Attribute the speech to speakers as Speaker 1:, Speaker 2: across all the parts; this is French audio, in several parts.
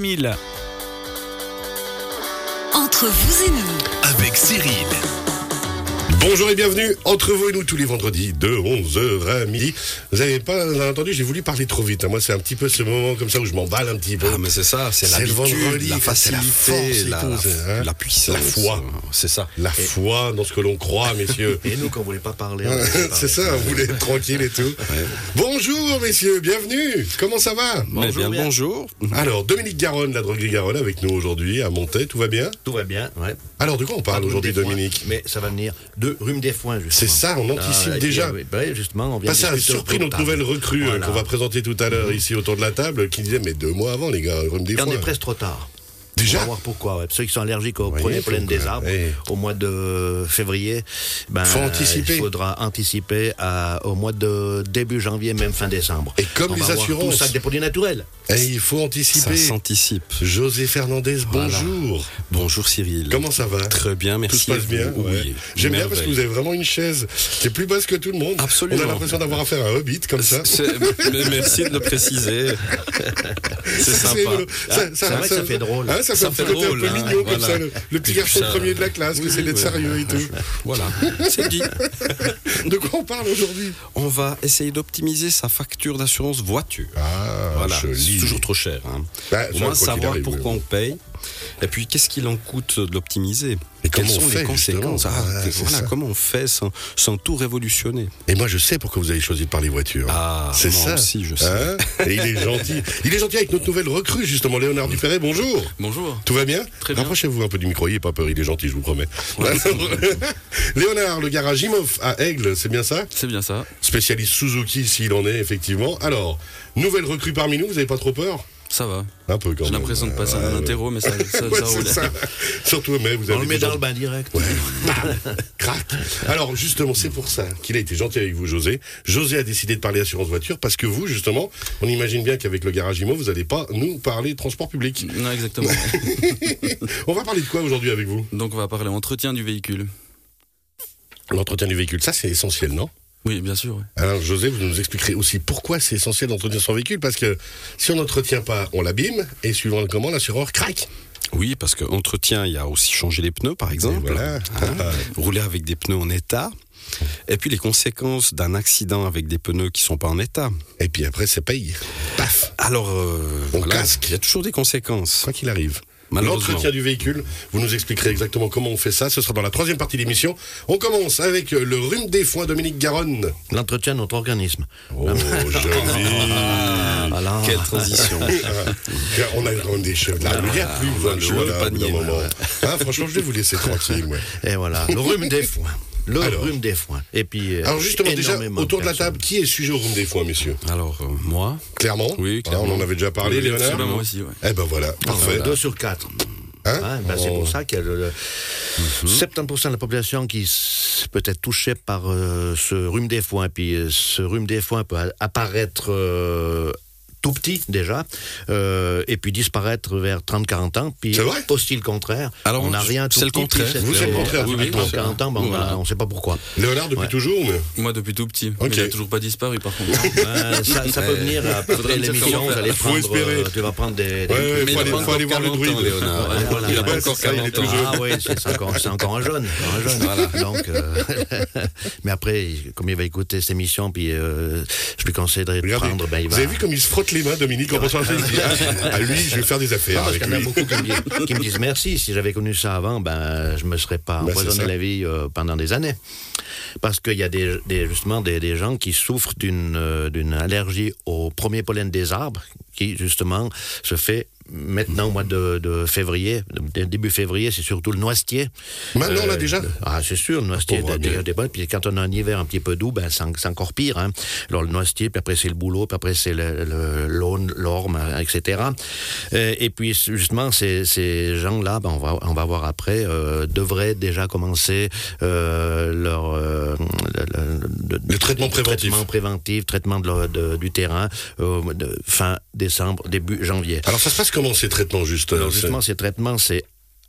Speaker 1: 1000.
Speaker 2: Entre vous et nous.
Speaker 3: avec Cyril.
Speaker 4: Bonjour et bienvenue entre vous et nous tous les vendredis de 11h à midi. Vous n'avez pas entendu, j'ai voulu parler trop vite. hein. Moi, c'est un petit peu ce moment comme ça où je m'emballe un petit peu.
Speaker 3: Ah, mais c'est ça, c'est
Speaker 4: C'est le
Speaker 3: l'habitude,
Speaker 4: vendredi,
Speaker 3: la
Speaker 4: c'est la
Speaker 3: facilité,
Speaker 4: force et
Speaker 3: la,
Speaker 4: tout, c'est- hein.
Speaker 3: la puissance.
Speaker 4: La foi.
Speaker 3: C'est ça.
Speaker 4: La foi dans ce que l'on croit, messieurs.
Speaker 5: Et nous, quand on voulait pas parler. on voulait pas
Speaker 4: c'est
Speaker 5: parler.
Speaker 4: ça, vous voulez être tranquille et tout. Bonjour, messieurs, bienvenue. Comment ça va
Speaker 3: Mais bien,
Speaker 5: Bonjour, bien.
Speaker 3: bonjour.
Speaker 4: Alors, Dominique Garonne, la droguerie Garonne, avec nous aujourd'hui à Montaix, tout va bien
Speaker 5: Tout va bien, ouais.
Speaker 4: Alors, de quoi on
Speaker 5: Pas
Speaker 4: parle
Speaker 5: de rhume
Speaker 4: aujourd'hui,
Speaker 5: Ah, des foins,
Speaker 4: Dominique
Speaker 5: Mais ça va venir de rhume des foins, justement.
Speaker 4: C'est ça, on anticipe
Speaker 5: Ah, et puis,
Speaker 4: déjà.
Speaker 5: oui, bah oui, justement, on vient
Speaker 4: Passez à
Speaker 5: discuter
Speaker 4: surpris
Speaker 5: autour
Speaker 4: notre
Speaker 5: de table.
Speaker 4: nouvelle recrue euh,
Speaker 5: Voilà.
Speaker 4: qu'on va présenter tout à l'heure ici autour de la table, qui disait mais deux mois avant les gars, rhume des
Speaker 5: Et on
Speaker 4: foins.
Speaker 5: est presque trop tard.
Speaker 4: Déjà
Speaker 5: On va voir pourquoi. ouais. Ceux qui sont allergiques au
Speaker 4: Voyez,
Speaker 5: premier pollen
Speaker 4: donc,
Speaker 5: des arbres,
Speaker 4: ouais.
Speaker 5: au mois de février, ben,
Speaker 4: Faut anticiper.
Speaker 5: il faudra anticiper à- au mois de début janvier, même fin décembre.
Speaker 4: Et comme
Speaker 5: On
Speaker 4: les
Speaker 5: va avoir
Speaker 4: assurances.
Speaker 5: Tout ça avec des produits naturels.
Speaker 4: Eh, il faut
Speaker 3: Ça
Speaker 4: anticiper.
Speaker 3: s'anticipe.
Speaker 4: José Fernandez, bonjour.
Speaker 3: Bonjour Cyril.
Speaker 4: Comment ça va
Speaker 3: Très bien,
Speaker 4: Tout
Speaker 3: merci.
Speaker 4: se passe bien.
Speaker 3: Oui,
Speaker 4: ouais. J'aime bien parce que vous
Speaker 3: merveille.
Speaker 4: avez vraiment une chaise qui est plus basse que tout le monde.
Speaker 3: Absolument.
Speaker 4: On a l'impression d'avoir affaire à un hobbit comme ça.
Speaker 3: C'est- mais Merci de le préciser. C'est
Speaker 4: Ça,
Speaker 3: sympa. Ah,
Speaker 4: rigolo. Ça-
Speaker 5: c'est vrai que ça fait drôle.
Speaker 4: Ah, ça,
Speaker 3: Ça
Speaker 4: fait,
Speaker 3: fait
Speaker 4: un petit côté
Speaker 3: drôle,
Speaker 4: un peu
Speaker 3: hein,
Speaker 4: mignon comme
Speaker 3: voilà.
Speaker 4: ça. Le, le petit
Speaker 3: Et
Speaker 4: garçon
Speaker 3: ça-
Speaker 4: premier de la classe, que c'est d'être sérieux et tout.
Speaker 3: Voilà, c'est dit.
Speaker 4: De quoi on parle aujourd'hui
Speaker 3: On va essayer d'optimiser sa facture d'assurance voiture.
Speaker 4: Ah,
Speaker 3: Voilà,
Speaker 4: joli.
Speaker 3: c'est toujours trop cher. Hein.
Speaker 4: Bah,
Speaker 3: Au
Speaker 4: ça,
Speaker 3: moins
Speaker 4: quoi qu'il
Speaker 3: savoir
Speaker 4: arrive,
Speaker 3: pourquoi
Speaker 4: oui.
Speaker 3: on paye. Et puis qu'est-ce qu'il en coûte de l'optimiser
Speaker 4: Et
Speaker 3: Quelles
Speaker 4: comment on
Speaker 3: sont
Speaker 4: fait,
Speaker 3: les conséquences
Speaker 4: justement
Speaker 3: Ah,
Speaker 4: Ouais,
Speaker 3: que-
Speaker 4: c'est
Speaker 3: voilà,
Speaker 4: ça.
Speaker 3: Comment on fait sans, sans tout révolutionner
Speaker 4: Et moi, je sais pourquoi vous avez choisi de parler voiture.
Speaker 3: Ah,
Speaker 4: c'est
Speaker 3: moi
Speaker 4: ça.
Speaker 3: aussi, je sais.
Speaker 4: Hein Et il est gentil. Il est gentil avec notre nouvelle recrue, justement, Léonard Dupéré. Bonjour.
Speaker 6: Bonjour.
Speaker 4: Tout va bien
Speaker 6: Très bien.
Speaker 4: Rapprochez-vous un peu du micro, n'ayez pas peur, il est gentil, je vous promets. Alors, Léonard, le garage Imhoff à Aigle, c'est bien ça
Speaker 6: C'est bien ça.
Speaker 4: Spécialiste Suzuki, s'il en est, effectivement. Alors, nouvelle recrue parmi nous, vous n'avez pas trop peur
Speaker 6: Ça va.
Speaker 4: Un peu quand
Speaker 6: J'ai
Speaker 4: même.
Speaker 6: l'impression de passer
Speaker 4: bah, Ouais,
Speaker 6: un
Speaker 4: ouais.
Speaker 6: interro, mais ça, ça,
Speaker 4: Ouais,
Speaker 6: ça
Speaker 4: c'est
Speaker 6: roule.
Speaker 4: ça. Surtout, mais vous avez
Speaker 5: On le met
Speaker 4: déjà-
Speaker 5: dans le bain direct.
Speaker 4: Crac. Alors justement, c'est pour ça qu'il a été gentil avec vous, José. José a décidé de parler assurance voiture parce que vous, justement, on imagine bien qu'avec le garage IMO, vous n'allez pas nous parler transport public.
Speaker 6: Non, exactement.
Speaker 4: On va parler de quoi aujourd'hui avec vous
Speaker 6: Donc, on va parler entretien du véhicule.
Speaker 4: L'entretien du véhicule, ça c'est essentiel, non
Speaker 6: Oui, bien sûr. ouais.
Speaker 4: Alors José, vous nous expliquerez aussi pourquoi c'est essentiel d'entretenir son véhicule parce que si on n'entretient pas, on l'abîme et suivant le comment, l'assureur craque.
Speaker 3: Oui, parce que entretien, il y a aussi changer les pneus, par exemple.
Speaker 4: voilà.
Speaker 3: Hein, rouler avec des pneus en état. Et puis les conséquences d'un accident avec des pneus qui sont pas en état.
Speaker 4: Et puis après, c'est payé. Paf
Speaker 3: Alors, euh,
Speaker 4: On
Speaker 3: voilà,
Speaker 4: casque.
Speaker 3: il y a toujours des conséquences.
Speaker 4: Quoi qu'il arrive.
Speaker 3: Malheureusement.
Speaker 4: L'entretien du véhicule, vous nous expliquerez exactement comment on fait ça. Ce sera dans la troisième partie de l'émission. On commence avec le rhume des foins, Dominique Garonne.
Speaker 5: L'entretien de notre organisme.
Speaker 4: Oh, joli
Speaker 5: Voilà.
Speaker 3: Quelle transition
Speaker 4: Ah. On a quand même des cheveux. Là, il n'y a plus besoin de
Speaker 3: le
Speaker 4: cheveux, là, au bout
Speaker 3: panier,
Speaker 4: d'un moment. Hein, franchement, je vais vous laisser tranquille. ouais.
Speaker 5: Et voilà, le rhume des foins. Le
Speaker 4: Alors.
Speaker 5: rhume des foins. Et puis, euh,
Speaker 4: Alors justement, déjà,
Speaker 5: énormément
Speaker 4: autour de la
Speaker 5: personnes.
Speaker 4: table, qui est sujet au rhume des foins, messieurs
Speaker 3: Alors, euh, moi,
Speaker 4: Clairement
Speaker 3: Oui,
Speaker 4: Hein, On en
Speaker 3: clairement.
Speaker 4: avait déjà parlé,
Speaker 6: Oui,
Speaker 4: Léonard
Speaker 6: absolument, moi aussi, ouais.
Speaker 4: Eh ben voilà, parfait.
Speaker 5: Deux sur quatre.
Speaker 4: Hein Mhm.
Speaker 5: Hein, ben, C'est
Speaker 4: On-
Speaker 5: pour ça que le- le 70% de la population qui s- peut être touchée par euh, ce rhume des foins. Et puis euh, ce rhume des foins peut a- apparaître euh, tout petit déjà, euh, et puis disparaître vers 30-40 ans. Puis
Speaker 4: C'est vrai
Speaker 5: aussi le contraire.
Speaker 3: Alors,
Speaker 5: on n'a rien tout
Speaker 3: c'est le
Speaker 5: petit, puis
Speaker 3: contraire.
Speaker 4: Vous, c'est le contraire,
Speaker 5: à
Speaker 4: oui, oui,
Speaker 5: 30-40 ans, ben, on a- on ne sait pas pourquoi.
Speaker 4: Léonard, depuis
Speaker 5: Ouais.
Speaker 4: toujours mais-
Speaker 6: Moi, depuis tout petit.
Speaker 4: Ok.
Speaker 6: Mais il a toujours pas disparu, par contre.
Speaker 5: Euh, ça, ça peut venir après
Speaker 6: Faudrait me dire
Speaker 5: l'émission,
Speaker 6: comment
Speaker 5: vous
Speaker 6: faire.
Speaker 5: allez
Speaker 4: Faut
Speaker 5: prendre,
Speaker 4: espérer.
Speaker 5: euh, tu vas prendre des... des-
Speaker 4: Ouais, ouais,
Speaker 3: Mais il
Speaker 4: faut aller,
Speaker 3: a pas
Speaker 4: faut aller
Speaker 3: encore
Speaker 4: voir le
Speaker 3: 40 ans,
Speaker 4: druide.
Speaker 3: Léonard.
Speaker 5: Ouais, voilà,
Speaker 4: il a pas
Speaker 5: ouais,
Speaker 4: encore
Speaker 5: c'est ça,
Speaker 4: 40
Speaker 5: est tout
Speaker 4: ans.
Speaker 5: jeune. Ah oui, c'est c'est encore, c'est encore un jeune. encore un jeune. Donc, euh, mais après, il- comme il va écouter cette émission, puis euh, je lui conseillerais de
Speaker 4: Regardez,
Speaker 5: prendre. Ben, il
Speaker 4: vous
Speaker 5: va...
Speaker 4: avez vu comme il se frotte les mains, Dominique, en pensant à ça, il se dit, ah, à lui, je vais faire des affaires
Speaker 5: Parce
Speaker 4: avec
Speaker 5: qu'il y en a
Speaker 4: lui.
Speaker 5: beaucoup qui me, disent, qui me disent merci. Si j'avais connu ça avant, ben, je me serais pas
Speaker 4: Ben, c'est
Speaker 5: empoisonné
Speaker 4: ça.
Speaker 5: la vie euh, pendant des années. Parce qu'il y a des, des- justement des, des gens qui souffrent d'une euh, d'une allergie au premier pollen des arbres, qui justement se fait maintenant au mois de, de février, de- début février, c'est surtout le noisetier.
Speaker 4: Maintenant,
Speaker 5: Euh,
Speaker 4: là, déjà
Speaker 5: Ah, c'est sûr, le noisetier,
Speaker 4: Pauvre
Speaker 5: dé-
Speaker 4: ami.
Speaker 5: déjà des bonnes. Puis quand on a un hiver un petit peu doux, ben, c'est en- c'est encore pire. hein. Alors, le noisetier, puis après, c'est le boulot, puis après, c'est le- le- l'aune, l'orme, euh, etc. Euh, et puis, justement, ces, ces gens-là, ben, on, va, on va voir après, euh, devraient déjà commencer euh, leur. euh, le- le- le-
Speaker 4: Le traitement préventif.
Speaker 5: Traitement préventif, traitement de leur- de- du terrain, euh, de- fin décembre, début janvier.
Speaker 4: Alors, ça se passe comment ces traitements, juste euh,
Speaker 5: Alors justement, ces traitements, c'est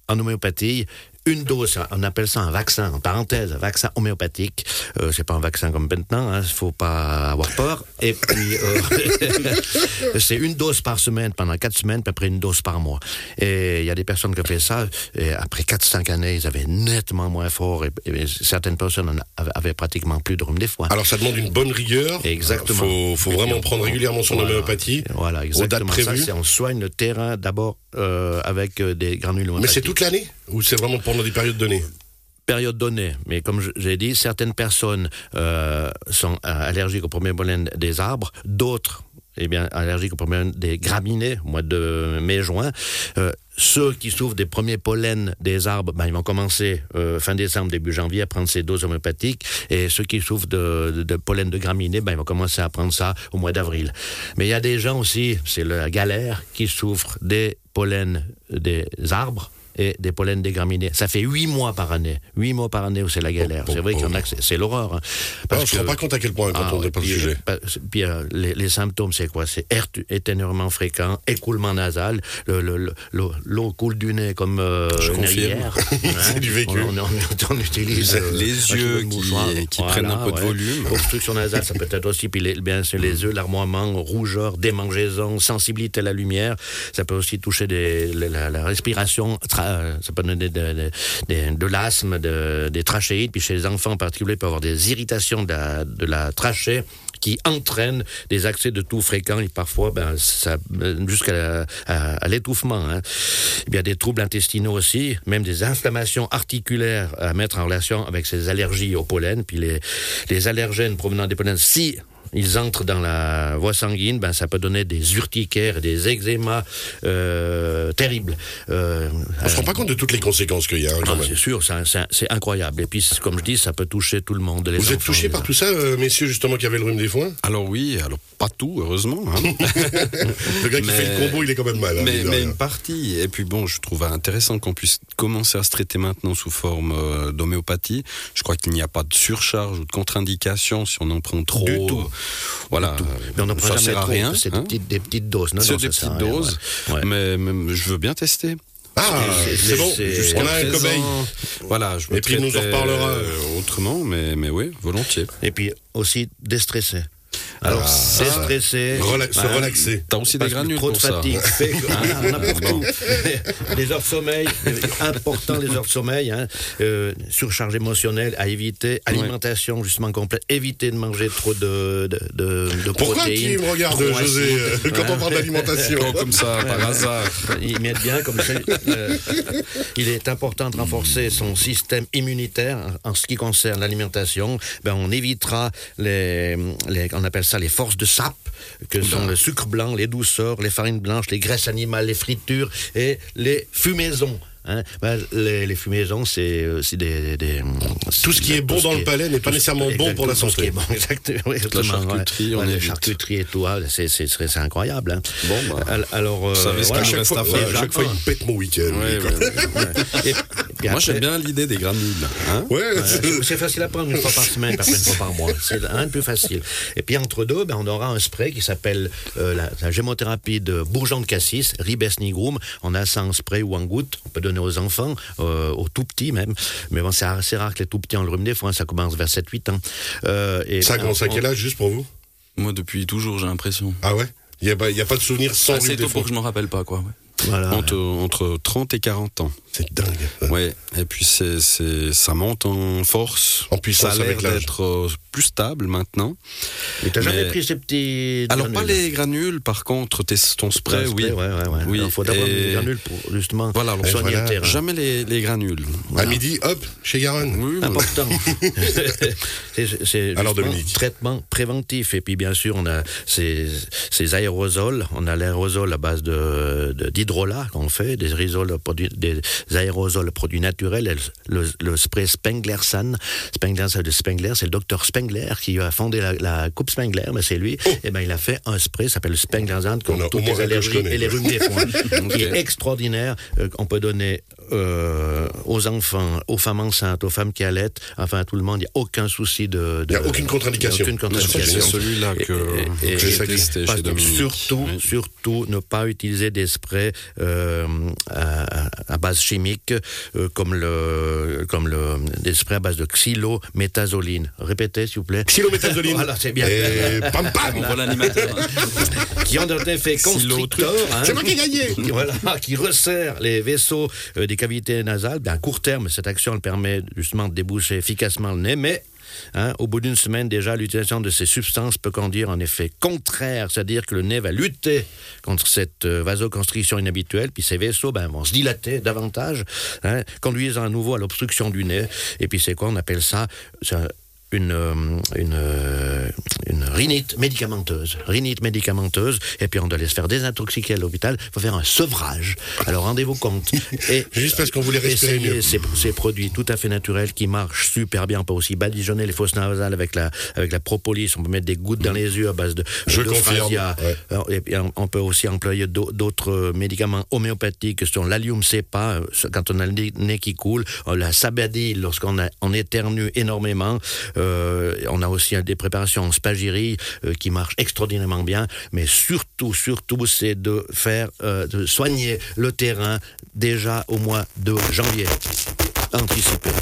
Speaker 5: en homéopathie une dose, on appelle ça un vaccin, en parenthèse, un vaccin homéopathique. Euh, c'est pas un vaccin comme maintenant, il faut pas avoir peur. Et puis, euh, c'est une dose par semaine pendant quatre semaines, puis après une dose par mois. Et il y a des personnes qui ont fait ça, et après 4-5 années, ils avaient nettement moins fort, et, et certaines personnes en avaient, avaient pratiquement plus de rhume des fois.
Speaker 4: Alors ça demande une bonne rigueur.
Speaker 5: Exactement.
Speaker 4: Faut, faut
Speaker 5: Et
Speaker 4: vraiment
Speaker 5: on-
Speaker 4: prendre régulièrement son
Speaker 5: voilà.
Speaker 4: homéopathie.
Speaker 5: Euh, Voilà,
Speaker 4: aux dates
Speaker 5: exactement. Ça,
Speaker 4: prévues.
Speaker 5: c'est on soigne le terrain d'abord euh, avec euh, des granules
Speaker 4: Mais c'est
Speaker 5: homéopathiques.
Speaker 4: toute l'année ou c'est vraiment pendant des périodes données
Speaker 5: période donnée. Mais comme je- j'ai dit, certaines personnes euh, sont euh, allergiques aux premiers pollen des arbres, d'autres, eh bien, allergiques aux premiers des graminées, au mois de mai-juin. ceux qui souffrent des premiers pollens des arbres, ben, ils vont commencer euh, fin décembre, début janvier à prendre ces doses homéopathiques. Et ceux qui souffrent de, de, de pollen de graminées, ben, ils vont commencer à prendre ça au mois d'avril. Mais il y a des gens aussi, c'est la galère, qui souffrent des pollens des arbres et des pollens des graminées. Ça fait huit mois par année. Huit mois par année où c'est la galère.
Speaker 4: oh,
Speaker 5: c'est vrai qu'il y en
Speaker 4: oh.
Speaker 5: a que c'est- c'est l'horreur. hein.
Speaker 4: On se rend pas compte à quel point quand
Speaker 5: Ah,
Speaker 4: on
Speaker 5: ouais,
Speaker 4: n'est pas le
Speaker 5: puis,
Speaker 4: sujet.
Speaker 5: euh, pas- puis, euh, les, les symptômes, c'est quoi C'est ertu- éternuement fréquent, écoulement nasal, le- le- le- l'eau l'eau coule du nez comme euh,
Speaker 3: Je
Speaker 5: une
Speaker 3: confirme.
Speaker 5: rivière. Hein?
Speaker 4: C'est du vécu.
Speaker 5: On, on- on- on utilise euh,
Speaker 3: Les
Speaker 5: un petit peu de
Speaker 3: yeux qui-
Speaker 5: mouchoir.
Speaker 3: qui prennent un peu de volume.
Speaker 5: Obstruction nasale, ça peut être aussi, puis les- bien sûr les yeux, larmoiement, rougeur, démangeaison, sensibilité à la lumière. Ça peut aussi toucher des, la, la- la respiration, tra- euh, ça peut donner de, de- des- de l'asthme, de- des trachéites. Puis chez les enfants en particulier, il peut y avoir des irritations de la, de la trachée qui entraînent des accès de toux fréquents et parfois ben, ça- euh, jusqu'à la- à, à l'étouffement. hein. Il y a des troubles intestinaux aussi, même des inflammations articulaires à mettre en relation avec ces allergies au pollen. Puis les, les allergènes provenant des pollens, si ils entrent dans la voie sanguine, ben, ça peut donner des urticaires, et des eczémas euh, terribles. Euh,
Speaker 3: Ah,
Speaker 4: On se rend pas compte de toutes les conséquences qu'il y a hein, quand
Speaker 5: ah,
Speaker 4: même.
Speaker 5: c'est sûr, c'est un- c'est un- c'est incroyable. Et puis, c'est- comme je dis, ça peut toucher tout le monde. les
Speaker 4: Vous êtes
Speaker 5: enfants,
Speaker 4: touché
Speaker 5: les
Speaker 4: par tout ça, euh, messieurs, justement, qui avaient le rhume des foins
Speaker 3: Alors oui, alors pas tout, heureusement. hein.
Speaker 4: Le gars qui
Speaker 3: Mais-
Speaker 4: fait le combo, il est quand même mal. hein,
Speaker 3: mais,
Speaker 4: mine de
Speaker 3: mais
Speaker 4: rien.
Speaker 3: une partie. Et puis bon, je trouve intéressant qu'on puisse commencer à se traiter maintenant sous forme euh, d'homéopathie. Je crois qu'il n'y a pas de surcharge ou de contre-indication si on en prend trop. euh,
Speaker 4: Du tout.
Speaker 3: Voilà.
Speaker 5: Mais on en prend
Speaker 3: ça
Speaker 5: jamais
Speaker 3: sert à
Speaker 5: trop,
Speaker 3: rien.
Speaker 5: C'est
Speaker 3: hein.
Speaker 5: des, petites, des petites doses. Non,
Speaker 3: C'est
Speaker 5: non,
Speaker 3: des
Speaker 5: ça sert
Speaker 3: petites
Speaker 5: à rien,
Speaker 3: doses.
Speaker 5: ouais. Ouais.
Speaker 3: Mais, mais je veux bien tester.
Speaker 4: Ah,
Speaker 5: c'est-
Speaker 4: c'est bon,
Speaker 5: c'est-
Speaker 4: on a un
Speaker 3: Présent,
Speaker 4: cobaye.
Speaker 3: Voilà. Je me
Speaker 4: Et puis, il nous en
Speaker 3: traitais,
Speaker 4: reparlera.
Speaker 3: euh, autrement, mais mais oui, volontiers.
Speaker 5: Et puis aussi déstresser. Alors,
Speaker 4: Ah, ça,
Speaker 5: déstresser.
Speaker 4: Rela- se
Speaker 5: hein,
Speaker 4: relaxer.
Speaker 3: T'as aussi des
Speaker 5: parce que
Speaker 3: granules
Speaker 5: trop
Speaker 3: pour
Speaker 5: de fatigue,
Speaker 3: ça.
Speaker 5: fait que- ah, n'importe où. Les heures de sommeil, euh, important les heures de sommeil, hein, euh, surcharge émotionnelle à éviter, alimentation justement complète, éviter de manger trop de, de, de, de
Speaker 4: Pourquoi
Speaker 5: protéines.
Speaker 4: tu me regardes,
Speaker 5: trop
Speaker 4: José, euh,
Speaker 5: acides,
Speaker 4: quand
Speaker 5: hein.
Speaker 4: on parle d'alimentation
Speaker 3: Quand comme ça, par hasard.
Speaker 5: Ils mettent bien comme ça. euh, il est important de renforcer son système immunitaire en ce qui concerne l'alimentation. Ben, on évitera les, les- on appelle ça les forces de sape, que sont le sucre blanc, les douceurs, les farines blanches, les graisses animales, les fritures et les fumaisons. hein. Ben, les, les fumaisons, c'est euh, c'est des, des-
Speaker 4: Tout ce qui
Speaker 5: c'est-
Speaker 4: est bon
Speaker 5: tout ce
Speaker 4: dans
Speaker 5: qui
Speaker 4: le
Speaker 5: est-
Speaker 4: palais n'est pas
Speaker 5: tout ce-
Speaker 4: nécessairement bon
Speaker 5: exactement,
Speaker 4: pour la
Speaker 5: tout ce qui
Speaker 4: santé.
Speaker 5: est bon, exactement, oui, exactement, ouais.
Speaker 3: charcuterie, on
Speaker 5: Ouais, les
Speaker 3: évite.
Speaker 5: charcuteries et tout, ah, c'est- c'est c'est- c'est incroyable. hein.
Speaker 3: Bon, bah.
Speaker 5: Al- alors, euh,
Speaker 3: savez ce
Speaker 5: voilà.
Speaker 4: À
Speaker 3: Il
Speaker 4: chaque,
Speaker 3: reste
Speaker 4: fois,
Speaker 3: à
Speaker 4: ouais,
Speaker 3: faire,
Speaker 4: à chaque
Speaker 3: chaque
Speaker 4: fois,
Speaker 3: fois.
Speaker 4: il pète mon week-end.
Speaker 3: Ouais,
Speaker 4: lui,
Speaker 3: ouais, ouais.
Speaker 5: Et- et puis
Speaker 3: Moi,
Speaker 5: après-
Speaker 3: j'aime bien l'idée des granules. Hein
Speaker 4: quoi. Ouais, c'est-
Speaker 5: Ouais, C'est facile à prendre une fois par semaine, pas une fois par mois. C'est un plus facile. Et puis entre deux, ben, on aura un spray qui s'appelle euh, la, la gémothérapie de bourgeon de cassis, ribes nigrum. On a ça en spray ou en goutte. On peut donner aux enfants, euh, aux tout petits même. Mais bon, c'est assez rare que les tout petits ont le rhume des foins. Ça commence vers 7-8 ans. Euh, et
Speaker 4: Ça commence à quel âge, juste pour vous
Speaker 6: Moi, depuis toujours, j'ai l'impression.
Speaker 4: Ah ouais Il n'y a, pas- il y a pas de souvenir
Speaker 5: Ah,
Speaker 4: sans rhume
Speaker 6: Assez
Speaker 4: des
Speaker 6: tôt
Speaker 4: foins.
Speaker 6: pour que je m'en rappelle pas, quoi. ouais.
Speaker 5: Voilà.
Speaker 3: entre, entre 30 et 40 ans.
Speaker 4: C'est dingue.
Speaker 3: Ouais. Et puis c'est, c'est, ça monte en force.
Speaker 4: En puissance
Speaker 3: ça a l'air
Speaker 4: avec l'âge.
Speaker 3: d'être euh, plus stable maintenant.
Speaker 5: Et t'as jamais
Speaker 3: mais-
Speaker 5: pris ces petits.
Speaker 3: Alors pas
Speaker 5: granules
Speaker 3: les granules, par contre, tes, ton spray,
Speaker 5: Un spray,
Speaker 3: oui.
Speaker 5: ouais, ouais, ouais.
Speaker 3: Oui,
Speaker 5: Alors, faut d'abord
Speaker 3: et-
Speaker 5: une granule pour justement
Speaker 3: Voilà, alors,
Speaker 5: soigner
Speaker 4: voilà.
Speaker 5: le terrain.
Speaker 3: Jamais les, les granules.
Speaker 4: À midi, hop, chez Garonne.
Speaker 3: Oui, oui.
Speaker 5: important. c'est c'est
Speaker 4: Alors,
Speaker 5: justement
Speaker 4: Dominique.
Speaker 5: traitement préventif. Et puis bien sûr, on a ces, ces aérosols. On a l'aérosol à base de de- d'hydrolat qu'on fait, des, aérosols produits, des aérosols produits naturels. et Le, le spray Spenglersan. Spengler, c'est le Spengler, c'est le docteur Spengler qui a fondé la, la coupe Spengler, mais c'est lui. Et ben il a fait un spray, ça s'appelle le Spenglersan
Speaker 4: Oh. On a
Speaker 5: contre
Speaker 4: au
Speaker 5: toutes
Speaker 4: moins
Speaker 5: les
Speaker 4: un que je
Speaker 5: allergies
Speaker 4: connais,
Speaker 5: et les
Speaker 4: ouais.
Speaker 5: rhumes des foins, qui est extraordinaire. euh, qu'on peut donner euh, aux enfants, aux femmes enceintes, aux femmes qui allaitent, enfin à tout le monde, il n'y a aucun souci de.
Speaker 4: Il
Speaker 5: de-
Speaker 4: y a aucune contre-indication.
Speaker 5: il y a aucune
Speaker 4: Non, je crois que
Speaker 5: contre-indication.
Speaker 4: c'est
Speaker 3: celui-là que-
Speaker 5: Et- et-
Speaker 3: que
Speaker 5: et-
Speaker 3: j'ai testé
Speaker 5: parce
Speaker 3: chez
Speaker 5: que
Speaker 3: Dominique.
Speaker 5: Surtout,
Speaker 3: Oui.
Speaker 5: surtout ne pas utiliser des sprays euh, à, à base chimique euh, comme le comme le des sprays à base de xylométazoline. Répétez s'il vous plaît.
Speaker 4: Xylométazoline.
Speaker 5: Voilà, c'est bien.
Speaker 4: Et pam
Speaker 6: On
Speaker 4: pam
Speaker 6: voit l'animateur.
Speaker 5: Qui ont un effet constricteur. hein.
Speaker 4: C'est moi qui ai gagné
Speaker 5: qui, voilà, qui resserre les vaisseaux euh, des cavités nasales. Ben, à court terme, cette action elle permet justement de déboucher efficacement le nez, mais hein, au bout d'une semaine déjà, l'utilisation de ces substances peut conduire un effet contraire, c'est-à-dire que le nez va lutter contre cette euh, vasoconstriction inhabituelle, puis ces vaisseaux ben, vont se dilater davantage, hein, conduisant à nouveau à l'obstruction du nez. Et puis c'est quoi On appelle ça... c'est un- une, euh, une, euh, une rhinite médicamenteuse. Rhinite médicamenteuse, et puis on doit les faire désintoxiquer à l'hôpital. Il faut faire un sevrage. Alors rendez-vous compte. Et,
Speaker 4: Juste parce qu'on voulait respirer
Speaker 5: Essayez
Speaker 4: mieux.
Speaker 5: Ces, ces produits tout à fait naturels qui marchent super bien. On peut aussi badigeonner les fosses nasales avec la, avec la propolis. On peut mettre des gouttes dans les yeux à base de
Speaker 4: Mm. Je
Speaker 5: d'euphrasia.
Speaker 4: confirme, ouais.
Speaker 5: Alors, euh, et puis, on- on peut aussi employer d'au- d'autres euh, médicaments homéopathiques, que sont l'allium cepa, euh, ce- quand on a le nez nez qui coule, euh, la sabadile, lorsqu'on a- on éternue énormément. Euh, on a aussi euh, des préparations en spagyrie euh, qui marchent extraordinairement bien. Mais surtout, surtout, c'est de faire, euh, de soigner le terrain déjà au mois de janvier. Anticiper.